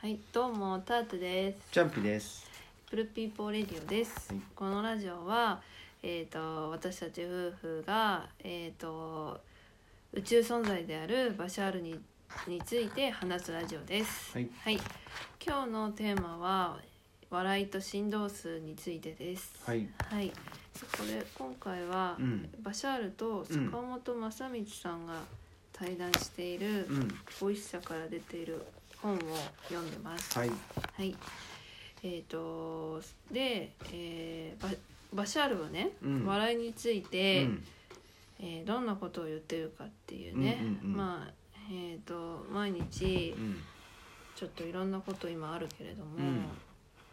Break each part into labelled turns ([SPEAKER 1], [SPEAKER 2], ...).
[SPEAKER 1] はい、どうもタートです。
[SPEAKER 2] ジャンピです。
[SPEAKER 1] プルピーポーレディオです。
[SPEAKER 2] はい
[SPEAKER 1] このラジオは、えー、と私たち夫婦が、えー、と宇宙存在であるバシャールにについて話すラジオです。
[SPEAKER 2] はい
[SPEAKER 1] 今日のテーマは笑いと振動数についてです。
[SPEAKER 2] はい。
[SPEAKER 1] はい、これ今回は、
[SPEAKER 2] うん。
[SPEAKER 1] バシャールと坂本正道さんが対談している
[SPEAKER 2] うん。
[SPEAKER 1] 美味しさから出ている本を読んでます。
[SPEAKER 2] はい。
[SPEAKER 1] はい。えっ、とで、えーババシャールはね、
[SPEAKER 2] うん。
[SPEAKER 1] 笑いについて、
[SPEAKER 2] うん。
[SPEAKER 1] えーどんなことを言ってるかっていうね、
[SPEAKER 2] うんうんうん
[SPEAKER 1] まあえっ、と毎日
[SPEAKER 2] うん。
[SPEAKER 1] ちょっといろんなこと今あるけれども、う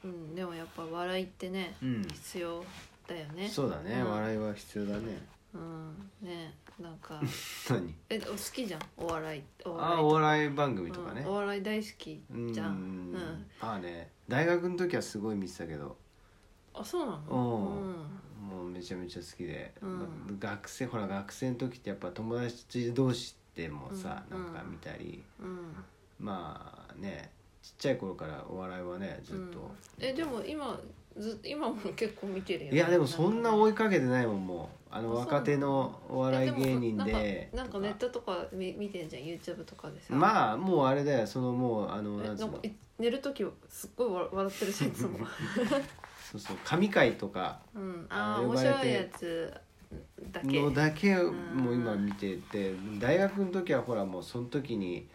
[SPEAKER 1] んでもやっぱ笑いってね
[SPEAKER 2] うん。
[SPEAKER 1] 必要だよね。
[SPEAKER 2] そうだね。
[SPEAKER 1] うん
[SPEAKER 2] 笑いは必要だね。
[SPEAKER 1] うん、ねなんか
[SPEAKER 2] 何？
[SPEAKER 1] えお好きじゃんお笑いお
[SPEAKER 2] あ、
[SPEAKER 1] 笑
[SPEAKER 2] お
[SPEAKER 1] い
[SPEAKER 2] 笑い番組とかね
[SPEAKER 1] うんお。笑い大好き
[SPEAKER 2] うん。
[SPEAKER 1] じゃん。うん
[SPEAKER 2] あね。大学の時はすごい見てたけど、
[SPEAKER 1] あそうな
[SPEAKER 2] お
[SPEAKER 1] の
[SPEAKER 2] う
[SPEAKER 1] うん
[SPEAKER 2] もうめちゃめちゃ好きで、
[SPEAKER 1] うん
[SPEAKER 2] 学生ほら学生の時ってやっぱ友達同士でもさ、
[SPEAKER 1] うん
[SPEAKER 2] なんか見たり、
[SPEAKER 1] うん
[SPEAKER 2] まあね。ちっちゃい頃からお笑いはねずっ
[SPEAKER 1] うん
[SPEAKER 2] と、
[SPEAKER 1] えでも今ず今も結構見てるよね
[SPEAKER 2] いやでもそんな追
[SPEAKER 1] い
[SPEAKER 2] いかけてないもんもうあ
[SPEAKER 1] あそう
[SPEAKER 2] の
[SPEAKER 1] なの
[SPEAKER 2] 若手のお笑い芸人で
[SPEAKER 1] なんか
[SPEAKER 2] とか
[SPEAKER 1] ネットとか見見てんじゃん YouTube とかでさあ
[SPEAKER 2] まあもうあれだよそのもうあのな
[SPEAKER 1] なん
[SPEAKER 2] んつう
[SPEAKER 1] か
[SPEAKER 2] の
[SPEAKER 1] え寝る時すっごい笑笑ってるしいつ も、
[SPEAKER 2] そうそう神回とか
[SPEAKER 1] うん、ああ
[SPEAKER 2] あ
[SPEAKER 1] 面
[SPEAKER 2] 呼ばれて
[SPEAKER 1] 白いやつだけ、う
[SPEAKER 2] の
[SPEAKER 1] ん、
[SPEAKER 2] だけ
[SPEAKER 1] ん
[SPEAKER 2] もう今見てて大学の時はほらもうその時に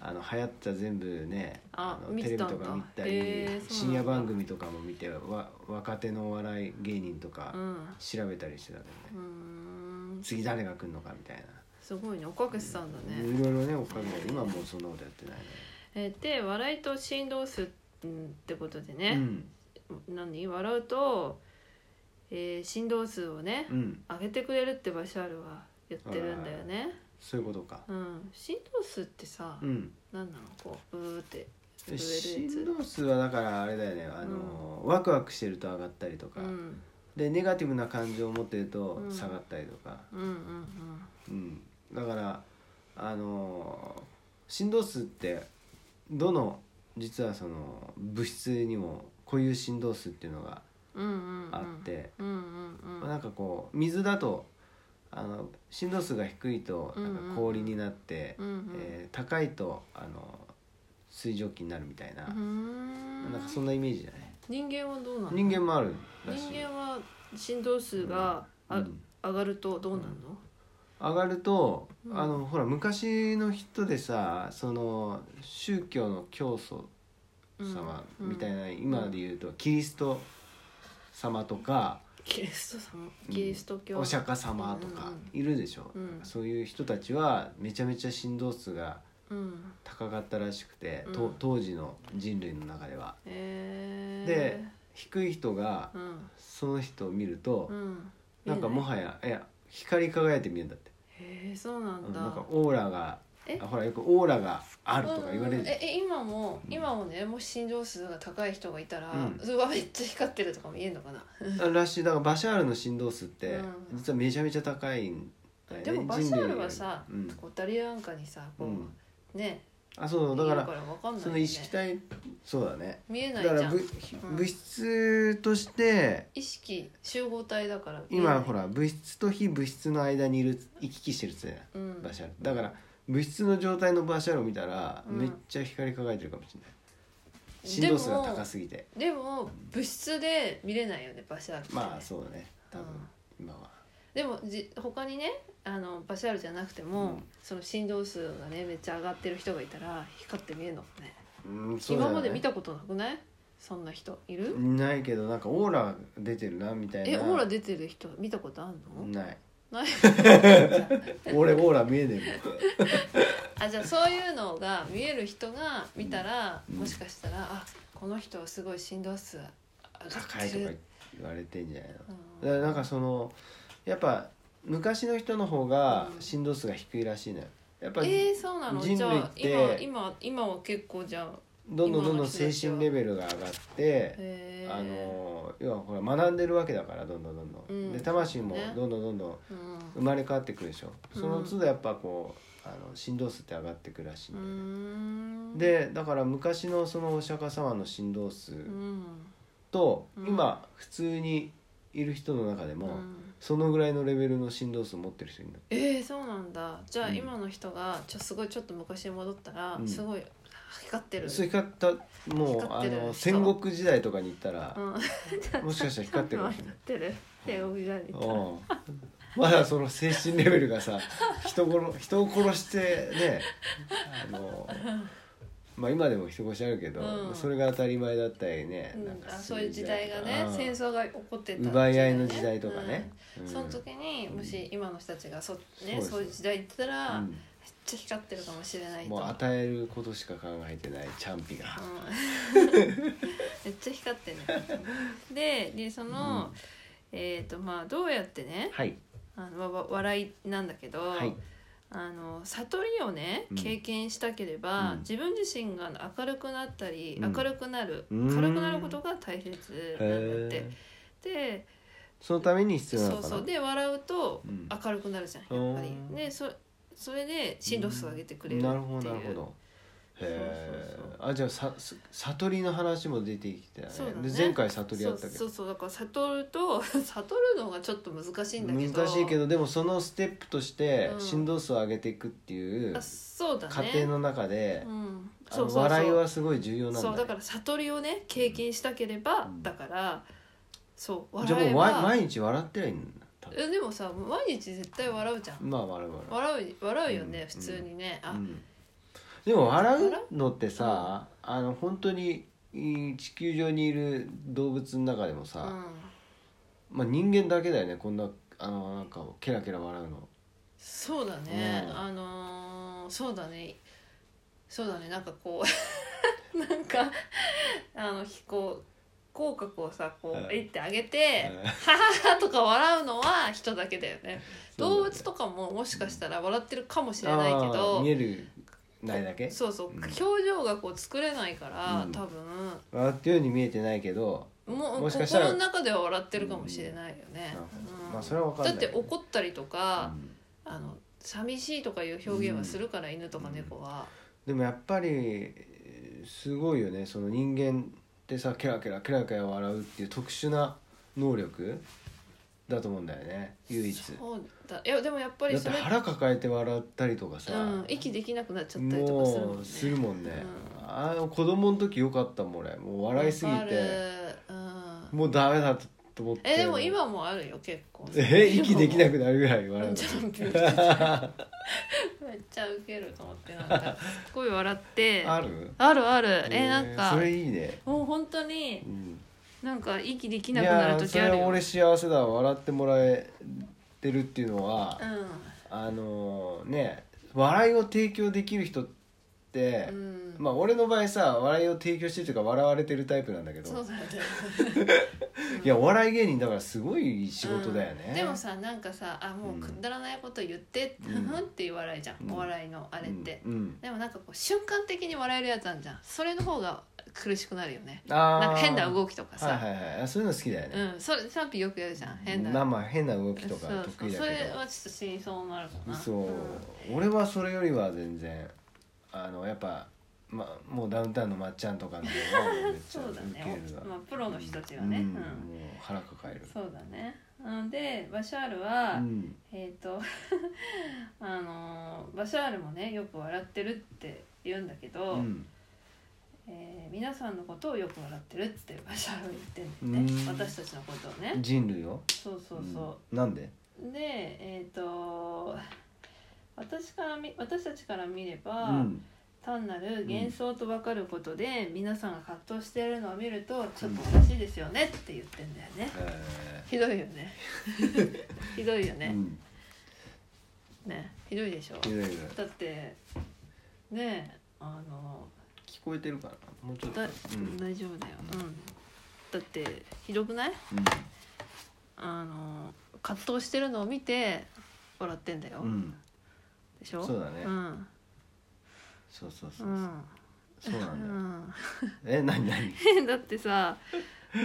[SPEAKER 2] あの流行った全部ね
[SPEAKER 1] あ
[SPEAKER 2] の
[SPEAKER 1] 見
[SPEAKER 2] テ
[SPEAKER 1] て
[SPEAKER 2] レビ
[SPEAKER 1] たんだ
[SPEAKER 2] とか見た
[SPEAKER 1] へ
[SPEAKER 2] り
[SPEAKER 1] えそう
[SPEAKER 2] 深
[SPEAKER 1] な
[SPEAKER 2] 夜
[SPEAKER 1] んだ
[SPEAKER 2] 番組とかも見てわ若手のお笑い芸人とか
[SPEAKER 1] うん
[SPEAKER 2] 調べたりしてたけど
[SPEAKER 1] う
[SPEAKER 2] ね
[SPEAKER 1] ん
[SPEAKER 2] 次誰が来るのかみたいな。
[SPEAKER 1] すごいねおかけさんだね、
[SPEAKER 2] いろいろねおかげで今はもうそんなことやってないね。
[SPEAKER 1] えで笑いと振動数ってことで
[SPEAKER 2] う
[SPEAKER 1] ね、
[SPEAKER 2] ん
[SPEAKER 1] 何笑うと、えー振動数をね、
[SPEAKER 2] うん
[SPEAKER 1] 上げてくれるってバシャールは言ってるんだよね。
[SPEAKER 2] そういうことか。
[SPEAKER 1] うん、振動数ってさ、
[SPEAKER 2] うん。
[SPEAKER 1] なんなのこうブーって
[SPEAKER 2] で
[SPEAKER 1] 震えるやつ
[SPEAKER 2] 振動数はだからあれだよねあの、ワクワクしてると上がったりと
[SPEAKER 1] う
[SPEAKER 2] か、
[SPEAKER 1] んうん
[SPEAKER 2] でネガティブな感情を持ってると
[SPEAKER 1] うん
[SPEAKER 2] 下がったりとか、
[SPEAKER 1] うんうん
[SPEAKER 2] うんだからあの振動数ってどの実はその物質にもこういう振動数っていうのが
[SPEAKER 1] うんうんうん
[SPEAKER 2] あって、
[SPEAKER 1] うんうんう
[SPEAKER 2] まあ
[SPEAKER 1] ん
[SPEAKER 2] なんかこう水だとあの振動数が低いとなんか氷になって、
[SPEAKER 1] うんうん
[SPEAKER 2] えー高いとあの水蒸気になるみたいな、
[SPEAKER 1] うーん
[SPEAKER 2] なんかそんなイメージじゃない
[SPEAKER 1] 人間はどうなの
[SPEAKER 2] 人間もあるらしい
[SPEAKER 1] 人間は振動数があ、
[SPEAKER 2] うん
[SPEAKER 1] 上がるとどうなるの、
[SPEAKER 2] 上がると、
[SPEAKER 1] うん
[SPEAKER 2] あのほら昔の人でさその宗教の教祖様みたいな、今で言うとキリスト様とか、
[SPEAKER 1] キリスト様
[SPEAKER 2] うん
[SPEAKER 1] キリスト教、
[SPEAKER 2] お釈迦様とか
[SPEAKER 1] うんうん
[SPEAKER 2] いるでしょ、
[SPEAKER 1] うん
[SPEAKER 2] なんかそういう人たちはめちゃめちゃ振動数が
[SPEAKER 1] うん
[SPEAKER 2] 高かったらしくて、と
[SPEAKER 1] うん
[SPEAKER 2] 当時の人類の中では。
[SPEAKER 1] えー、
[SPEAKER 2] で低い人が
[SPEAKER 1] うん
[SPEAKER 2] その人を見ると
[SPEAKER 1] う、ん
[SPEAKER 2] なんかもはやいや光り輝いて見えるんだって。
[SPEAKER 1] へえそうなんだ
[SPEAKER 2] なんかオーラが
[SPEAKER 1] え
[SPEAKER 2] あほらよくオーラがあるとか言われ
[SPEAKER 1] う
[SPEAKER 2] る
[SPEAKER 1] ん
[SPEAKER 2] じゃん
[SPEAKER 1] ええ今も
[SPEAKER 2] うん
[SPEAKER 1] 今もねもし心情数が高い人がいたら、
[SPEAKER 2] うん
[SPEAKER 1] うわめっちゃ光ってるとか見えるのかな、
[SPEAKER 2] あらしいだからバシャールの振動数って
[SPEAKER 1] うん
[SPEAKER 2] 実はめちゃめちゃ高いんだよ
[SPEAKER 1] で
[SPEAKER 2] ね
[SPEAKER 1] もバシャールはさ、
[SPEAKER 2] 人類より
[SPEAKER 1] こうダリアンカにさこ
[SPEAKER 2] う
[SPEAKER 1] う、
[SPEAKER 2] ん、うん、
[SPEAKER 1] ね
[SPEAKER 2] あそうだか
[SPEAKER 1] 見え
[SPEAKER 2] ら
[SPEAKER 1] るから分かんない
[SPEAKER 2] そ
[SPEAKER 1] よ
[SPEAKER 2] の
[SPEAKER 1] ね
[SPEAKER 2] 意識体そうだね
[SPEAKER 1] 見えな
[SPEAKER 2] だ
[SPEAKER 1] いじゃ
[SPEAKER 2] から
[SPEAKER 1] ん
[SPEAKER 2] 物,、物質として
[SPEAKER 1] 意識集合体だから
[SPEAKER 2] 今ほ
[SPEAKER 1] ら、
[SPEAKER 2] ら物質と非物質の間にいる行き来してるっつうね
[SPEAKER 1] うん、
[SPEAKER 2] バシャールだから物質の状態のバシャールを見たら
[SPEAKER 1] うん
[SPEAKER 2] めっちゃ光り輝いてるかもしれない、
[SPEAKER 1] でも
[SPEAKER 2] 振動数が高すぎて
[SPEAKER 1] でも物質で見れないよねバシャールってね、
[SPEAKER 2] まあそうだね多分今は。
[SPEAKER 1] でもじ他にねあのバシャールじゃなくても、
[SPEAKER 2] うん
[SPEAKER 1] その振動数がねめっちゃ上がってる人がいたら光って見えるのかね
[SPEAKER 2] うんそうだよ
[SPEAKER 1] 今
[SPEAKER 2] ね
[SPEAKER 1] まで見たことなくないそんな人いる、
[SPEAKER 2] ないけどなんかオーラ出てるなみたいな
[SPEAKER 1] えオーラ出てる人見たことあんの、
[SPEAKER 2] ない
[SPEAKER 1] ないじゃ
[SPEAKER 2] 俺オーラ見えね
[SPEAKER 1] ああじゃあそういうのが見える人が見たら、
[SPEAKER 2] うん
[SPEAKER 1] もしかしたらあこの人はすごい振動数上が
[SPEAKER 2] えもん
[SPEAKER 1] っ
[SPEAKER 2] 高い
[SPEAKER 1] て
[SPEAKER 2] とか
[SPEAKER 1] る
[SPEAKER 2] 言われてんじゃないのだ
[SPEAKER 1] う
[SPEAKER 2] からなんかそのやっぱ昔の人の方が
[SPEAKER 1] うん
[SPEAKER 2] 振動数が低いらしいのよやっぱ
[SPEAKER 1] え
[SPEAKER 2] り
[SPEAKER 1] ー、そうなの
[SPEAKER 2] 人類
[SPEAKER 1] じゃあ
[SPEAKER 2] って
[SPEAKER 1] 今今今は結構じゃあ
[SPEAKER 2] どんどんどん
[SPEAKER 1] 今
[SPEAKER 2] ど
[SPEAKER 1] の
[SPEAKER 2] ん
[SPEAKER 1] 人た
[SPEAKER 2] 精
[SPEAKER 1] ちは
[SPEAKER 2] 神レベルが上がって
[SPEAKER 1] へえ
[SPEAKER 2] あの要はほら学んでるわけだからどんどんどんどん、
[SPEAKER 1] うん
[SPEAKER 2] で魂も
[SPEAKER 1] ね
[SPEAKER 2] どんどんどんどん
[SPEAKER 1] うん
[SPEAKER 2] 生まれ変わってくるでしょその都度やっぱこうあの振動数って上がってくらしいん
[SPEAKER 1] う
[SPEAKER 2] だ
[SPEAKER 1] ー
[SPEAKER 2] よね
[SPEAKER 1] ん、
[SPEAKER 2] でだから昔のそのお釈迦様の振動数
[SPEAKER 1] うん
[SPEAKER 2] と、
[SPEAKER 1] うん
[SPEAKER 2] 今普通にいる人の中で
[SPEAKER 1] う
[SPEAKER 2] も、
[SPEAKER 1] ん、
[SPEAKER 2] そのぐらいのレベルの振動数を持ってる人いるんだ
[SPEAKER 1] えー、そうなんだじゃあ
[SPEAKER 2] うん
[SPEAKER 1] 今の人がちょすごいちょっと昔に戻ったら、
[SPEAKER 2] うん
[SPEAKER 1] すごい光ってる
[SPEAKER 2] そう光ったもうあ
[SPEAKER 1] 光ってる
[SPEAKER 2] の
[SPEAKER 1] 人
[SPEAKER 2] 戦国時代とかに行ったら
[SPEAKER 1] う、ん、
[SPEAKER 2] もしかしたら光ってるかもしれない
[SPEAKER 1] 光ってる手を裏に
[SPEAKER 2] うんまだその精神レベルがさ人殺人を殺してねあのまあ今でも人殺しあるけど、
[SPEAKER 1] うん
[SPEAKER 2] それが当たり前だったりね、
[SPEAKER 1] うん
[SPEAKER 2] なんか
[SPEAKER 1] あ
[SPEAKER 2] す
[SPEAKER 1] そう
[SPEAKER 2] る
[SPEAKER 1] いう時代がね
[SPEAKER 2] うん
[SPEAKER 1] 戦争が起こってた
[SPEAKER 2] 奪い合いの時代とかね、
[SPEAKER 1] う
[SPEAKER 2] うんん
[SPEAKER 1] その時にもし今の人たちがそ,、
[SPEAKER 2] そうで
[SPEAKER 1] ね、
[SPEAKER 2] す
[SPEAKER 1] そういう時代行ったら、
[SPEAKER 2] う
[SPEAKER 1] めっ
[SPEAKER 2] ん
[SPEAKER 1] ちゃ光ってるかもしれないと
[SPEAKER 2] もう与えることしか考えてないチャンピが、
[SPEAKER 1] うん めっちゃ光ってねででその、
[SPEAKER 2] うん
[SPEAKER 1] えっ、とまあどうやってね
[SPEAKER 2] はい
[SPEAKER 1] あのわわ笑いなんだけど、
[SPEAKER 2] はい
[SPEAKER 1] あの悟りをね
[SPEAKER 2] うん
[SPEAKER 1] 経験したければ、
[SPEAKER 2] うん
[SPEAKER 1] 自分自身が明るくなったり、
[SPEAKER 2] うん
[SPEAKER 1] 明るくなる
[SPEAKER 2] うん
[SPEAKER 1] 軽くなることが大切なんだっ
[SPEAKER 2] へ
[SPEAKER 1] て
[SPEAKER 2] ー。
[SPEAKER 1] で
[SPEAKER 2] そのために必要なの
[SPEAKER 1] そ
[SPEAKER 2] か
[SPEAKER 1] う
[SPEAKER 2] な
[SPEAKER 1] そうで笑うと
[SPEAKER 2] うん
[SPEAKER 1] 明るくなるじゃんやっぱ
[SPEAKER 2] うん
[SPEAKER 1] り。でそそれで振動数を上げてくれるっていう。
[SPEAKER 2] なるほどなるほど
[SPEAKER 1] そうそう
[SPEAKER 2] へえあじゃあさす悟りの話も出てきて、ね
[SPEAKER 1] そうだね
[SPEAKER 2] で前回悟りあったけ
[SPEAKER 1] そ
[SPEAKER 2] ど
[SPEAKER 1] うそうそうだから悟ると 悟るのがちょっと難しいんだけど
[SPEAKER 2] 難しいけどでもそのステップとして
[SPEAKER 1] うん
[SPEAKER 2] 振動数を上げていくっていう
[SPEAKER 1] あそうだね
[SPEAKER 2] 過程の中で、
[SPEAKER 1] うん、
[SPEAKER 2] あ
[SPEAKER 1] そうそ
[SPEAKER 2] の
[SPEAKER 1] うそう
[SPEAKER 2] 笑いはすごい重要なんだ,、
[SPEAKER 1] そう
[SPEAKER 2] ね、
[SPEAKER 1] だから悟りをね経験したければ、
[SPEAKER 2] うん
[SPEAKER 1] だからそう
[SPEAKER 2] じゃあ
[SPEAKER 1] 笑
[SPEAKER 2] も
[SPEAKER 1] え
[SPEAKER 2] う
[SPEAKER 1] ば
[SPEAKER 2] わ毎日笑ってりゃいいんだ多分
[SPEAKER 1] えでもさ毎日絶対笑うじゃん
[SPEAKER 2] まあ笑う笑う
[SPEAKER 1] 笑う笑うよね、
[SPEAKER 2] うん
[SPEAKER 1] 普通にね、あ
[SPEAKER 2] うんでも笑うのってさ、あの本当にい地球上にいる動物の中でもさ、
[SPEAKER 1] うん
[SPEAKER 2] まあ、人間だけだよねこんなあのなんかケラケラ笑うの
[SPEAKER 1] そうだね、
[SPEAKER 2] うん
[SPEAKER 1] あのーそうだねそうだねなんかこう なんかあのひこう口角をさこ
[SPEAKER 2] うん
[SPEAKER 1] うえって上げて
[SPEAKER 2] うん
[SPEAKER 1] 「ははは」とか笑うのは人だけだよね
[SPEAKER 2] そうだね
[SPEAKER 1] 動物とかももしかしたら笑ってるかもしれないけ
[SPEAKER 2] あー
[SPEAKER 1] ど
[SPEAKER 2] 見えるないだけ
[SPEAKER 1] そうそう、
[SPEAKER 2] うん
[SPEAKER 1] 表情がこう作れないから、
[SPEAKER 2] うん
[SPEAKER 1] 多分
[SPEAKER 2] 笑ってるように見えてないけど
[SPEAKER 1] もう
[SPEAKER 2] もしかしたら
[SPEAKER 1] 心の中では笑ってるかもしれないよね
[SPEAKER 2] なるほ。ど
[SPEAKER 1] うん
[SPEAKER 2] まあそれはわかんない
[SPEAKER 1] だって怒ったりとか、
[SPEAKER 2] うん
[SPEAKER 1] あの寂しいとかいう表現はするから、犬とか猫は。
[SPEAKER 2] でもやっぱりえーすごいよねその人間ってさケラケラケラケラ笑うっていう特殊な能力だと思うんだよね唯一
[SPEAKER 1] そうだいやでもやっぱ
[SPEAKER 2] だ
[SPEAKER 1] り
[SPEAKER 2] って
[SPEAKER 1] それ、
[SPEAKER 2] 腹抱えて笑ったりとかさ、
[SPEAKER 1] うん、息できなくなっちゃったりとかするもん
[SPEAKER 2] もう
[SPEAKER 1] ね。
[SPEAKER 2] するもんね、
[SPEAKER 1] う
[SPEAKER 2] あの子供の時よかったもん俺もう笑いすぎ
[SPEAKER 1] わか
[SPEAKER 2] て
[SPEAKER 1] るうん、
[SPEAKER 2] もうダメだと思って
[SPEAKER 1] えでも今もあるよ結構。
[SPEAKER 2] え息できなくなるぐらい笑うの
[SPEAKER 1] ちょっと待って めっちゃウケると思ってなんかすごい笑って
[SPEAKER 2] ある
[SPEAKER 1] あるある
[SPEAKER 2] へ
[SPEAKER 1] えなんか
[SPEAKER 2] それいいね、
[SPEAKER 1] もう本当に
[SPEAKER 2] うん、
[SPEAKER 1] なんか息でき
[SPEAKER 2] い
[SPEAKER 1] なくな
[SPEAKER 2] や
[SPEAKER 1] る
[SPEAKER 2] ーそ
[SPEAKER 1] 時
[SPEAKER 2] れ
[SPEAKER 1] ある
[SPEAKER 2] は
[SPEAKER 1] よ
[SPEAKER 2] 俺幸せだ笑ってもらえてるっていうのは、あのーね笑いを提供できる人って、
[SPEAKER 1] うん、うん、
[SPEAKER 2] まあ俺の場合さ笑いを提供してるというか笑われてるタイプなんだけど
[SPEAKER 1] そうだよね
[SPEAKER 2] いやお笑い芸人だからすごい仕事だよね、
[SPEAKER 1] うんでもさなんかさあもううんくだらないこと言って
[SPEAKER 2] う
[SPEAKER 1] ふ
[SPEAKER 2] ん
[SPEAKER 1] ふんっていう笑いじゃん、
[SPEAKER 2] うん
[SPEAKER 1] お笑いのあ
[SPEAKER 2] あ
[SPEAKER 1] れって、
[SPEAKER 2] うんうん
[SPEAKER 1] でもなんかこう瞬間的に笑えるやつあるじゃんそれの方が苦しくなるよね
[SPEAKER 2] あー
[SPEAKER 1] なんか変な動きとかさ、
[SPEAKER 2] はいはいはいあそういうの好きだよね、
[SPEAKER 1] うんそれ賛否よくやるじゃん変な
[SPEAKER 2] 生変な動きと
[SPEAKER 1] そ
[SPEAKER 2] か
[SPEAKER 1] うそ
[SPEAKER 2] 得
[SPEAKER 1] う
[SPEAKER 2] 意だ
[SPEAKER 1] そ
[SPEAKER 2] け
[SPEAKER 1] れ
[SPEAKER 2] ど
[SPEAKER 1] はちょっと死にそうになるかな
[SPEAKER 2] 嘘、
[SPEAKER 1] うん
[SPEAKER 2] 俺はそれよりは全然あのやっぱ、ま、もうダウンタウンのまっちゃんとかの方がめっ ち
[SPEAKER 1] そ
[SPEAKER 2] ゃ
[SPEAKER 1] う
[SPEAKER 2] 受
[SPEAKER 1] だ
[SPEAKER 2] け
[SPEAKER 1] ね
[SPEAKER 2] る、わ
[SPEAKER 1] まあ、プロの人たちはね、
[SPEAKER 2] う
[SPEAKER 1] うんん
[SPEAKER 2] もう腹抱える
[SPEAKER 1] そうだねうんでバシャールは、
[SPEAKER 2] うん
[SPEAKER 1] えー、と あのーバシャールもねよく笑ってるって言うんだけど、
[SPEAKER 2] うん
[SPEAKER 1] えー皆さんのことをよく笑ってるってバシャールは言ってんだよね
[SPEAKER 2] うん
[SPEAKER 1] 私たちのことをね
[SPEAKER 2] 人類を
[SPEAKER 1] そうそうそ
[SPEAKER 2] うんなんで
[SPEAKER 1] う、でえっ、と私からみ私たちから見れ
[SPEAKER 2] う
[SPEAKER 1] ば、
[SPEAKER 2] ん
[SPEAKER 1] 単なる幻想と分かることで、皆さんが葛藤しているのを見るとちょっとおかしいですよねって言ってんだよね、
[SPEAKER 2] え
[SPEAKER 1] ひどいよねひどいよ
[SPEAKER 2] ーう
[SPEAKER 1] ね、
[SPEAKER 2] ん
[SPEAKER 1] ねひどいでしょ
[SPEAKER 2] いろいろ
[SPEAKER 1] だってねえあの
[SPEAKER 2] 聞こえてるかなもうちょっと
[SPEAKER 1] だ、
[SPEAKER 2] うん
[SPEAKER 1] 大丈夫だよ、うん、だってひどくないあの葛藤してるのを見て笑ってんだよ、
[SPEAKER 2] うんうん
[SPEAKER 1] でしょ
[SPEAKER 2] そうだね
[SPEAKER 1] うん
[SPEAKER 2] そうそうそううそうんそうなんだよ
[SPEAKER 1] ん
[SPEAKER 2] え何何
[SPEAKER 1] だってさ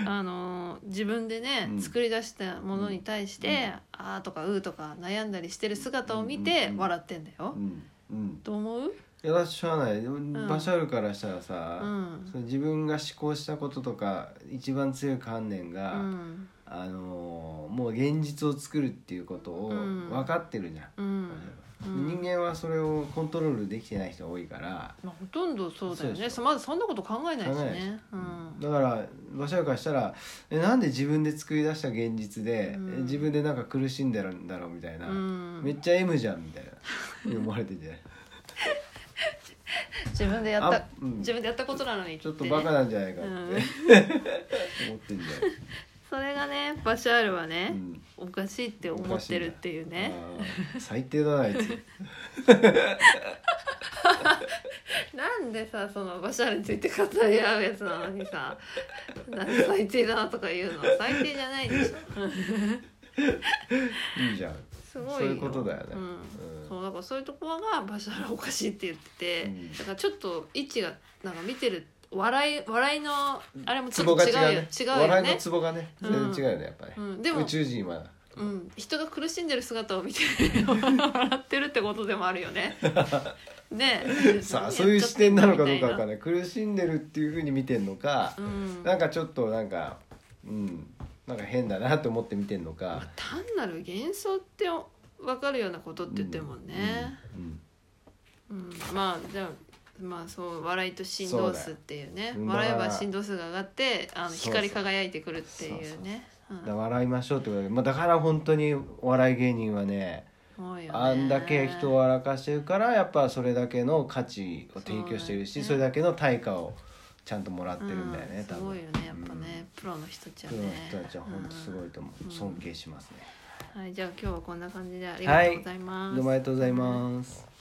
[SPEAKER 1] あの自分でね、
[SPEAKER 2] うん
[SPEAKER 1] 作り出したものに対して「あー」とか「うー」とか悩んだりしてる姿を見
[SPEAKER 2] うんうん
[SPEAKER 1] て
[SPEAKER 2] うん
[SPEAKER 1] 笑ってんだよ、
[SPEAKER 2] うんうん
[SPEAKER 1] と思う
[SPEAKER 2] いやだってしょうがない、
[SPEAKER 1] ん
[SPEAKER 2] バシャールからしたら
[SPEAKER 1] う
[SPEAKER 2] さ、
[SPEAKER 1] ん
[SPEAKER 2] その自分が思考したこととか一番強い観念
[SPEAKER 1] う
[SPEAKER 2] が、
[SPEAKER 1] ん
[SPEAKER 2] あのーもう現実を作るっていうことを
[SPEAKER 1] うん
[SPEAKER 2] 分かってるじゃん、
[SPEAKER 1] うんうん
[SPEAKER 2] 人間はそれをコントロールできてない人が多いから、
[SPEAKER 1] まあほとんどそうだよ
[SPEAKER 2] そう
[SPEAKER 1] ね
[SPEAKER 2] でしょ
[SPEAKER 1] まずそんなこと考えないし
[SPEAKER 2] 考えないでし
[SPEAKER 1] ねうん
[SPEAKER 2] だからバシャールからしたらえなんで自分で作り出した現実で、
[SPEAKER 1] うん
[SPEAKER 2] え自分でなんか苦しんでるんだろうみたいな、
[SPEAKER 1] うん
[SPEAKER 2] めっちゃ M じゃんみたいな 思われ てて
[SPEAKER 1] 自分でやった
[SPEAKER 2] あうん
[SPEAKER 1] 自分でやったことなのに
[SPEAKER 2] ちょってと
[SPEAKER 1] ね
[SPEAKER 2] バカなんじゃないかって、
[SPEAKER 1] うん
[SPEAKER 2] 思ってんだよ、
[SPEAKER 1] それがねバシャールは
[SPEAKER 2] う
[SPEAKER 1] ね
[SPEAKER 2] ん
[SPEAKER 1] おかしいって思ってるっていうね
[SPEAKER 2] あー最低だなあいつ
[SPEAKER 1] なんでさそのバシャールについて語り合うやつなのに さなんで最低だなとか言うの最低じゃないでしょ
[SPEAKER 2] いいじゃん
[SPEAKER 1] すごいよ
[SPEAKER 2] そういうことだよね
[SPEAKER 1] うん
[SPEAKER 2] うん
[SPEAKER 1] そうだからそういうところがバシャールおかしいって言ってて、
[SPEAKER 2] うん
[SPEAKER 1] だからちょっと位置がなんか見てる笑い笑いのあれもち
[SPEAKER 2] ツ
[SPEAKER 1] ょ
[SPEAKER 2] ボ
[SPEAKER 1] っと
[SPEAKER 2] が違
[SPEAKER 1] 違うよ
[SPEAKER 2] う
[SPEAKER 1] 違う
[SPEAKER 2] ね
[SPEAKER 1] よ
[SPEAKER 2] 笑いの
[SPEAKER 1] ね、
[SPEAKER 2] ツボがね全然違うよねやっぱり、
[SPEAKER 1] うん、でも
[SPEAKER 2] 宇宙人は
[SPEAKER 1] うん、人が苦しんでる姿を見て笑ってるってことでもあるよ ね。ねえ
[SPEAKER 2] さあそういう視点なのかどうかわかん
[SPEAKER 1] い。
[SPEAKER 2] ない苦しんでるっていうふうに見てんのか
[SPEAKER 1] う、ん、
[SPEAKER 2] なんかちょっとなんかうんなんか変だなって思って見てんのか
[SPEAKER 1] 単なる幻想って分かるようなことって言ってるもんね。
[SPEAKER 2] うん
[SPEAKER 1] うんまあじゃあまあそう笑いと振動数っていうね
[SPEAKER 2] そうだよ
[SPEAKER 1] 笑えば振動数が上がってあの
[SPEAKER 2] そうそう
[SPEAKER 1] 光り輝いてくるっていうね。う
[SPEAKER 2] だ
[SPEAKER 1] ん
[SPEAKER 2] から笑いましょうってことで、まあ、だから本当にお笑い芸人はね
[SPEAKER 1] 多いよね
[SPEAKER 2] あんだけ人を笑かしてるからやっぱそれだけの価値を提供してるしそ,、
[SPEAKER 1] そう
[SPEAKER 2] れ
[SPEAKER 1] だ
[SPEAKER 2] だけの対価をちゃんともらってるんだよね、
[SPEAKER 1] うん
[SPEAKER 2] 多
[SPEAKER 1] す
[SPEAKER 2] 分
[SPEAKER 1] ごいよねやっぱね、プロの人たちは
[SPEAKER 2] プ
[SPEAKER 1] ね
[SPEAKER 2] ロの人たちは本当すごいと思う、
[SPEAKER 1] うん
[SPEAKER 2] 尊敬しますね、
[SPEAKER 1] うんはいじゃあ今日はこんな感じでありがとうございます、
[SPEAKER 2] どうもありがとうございます、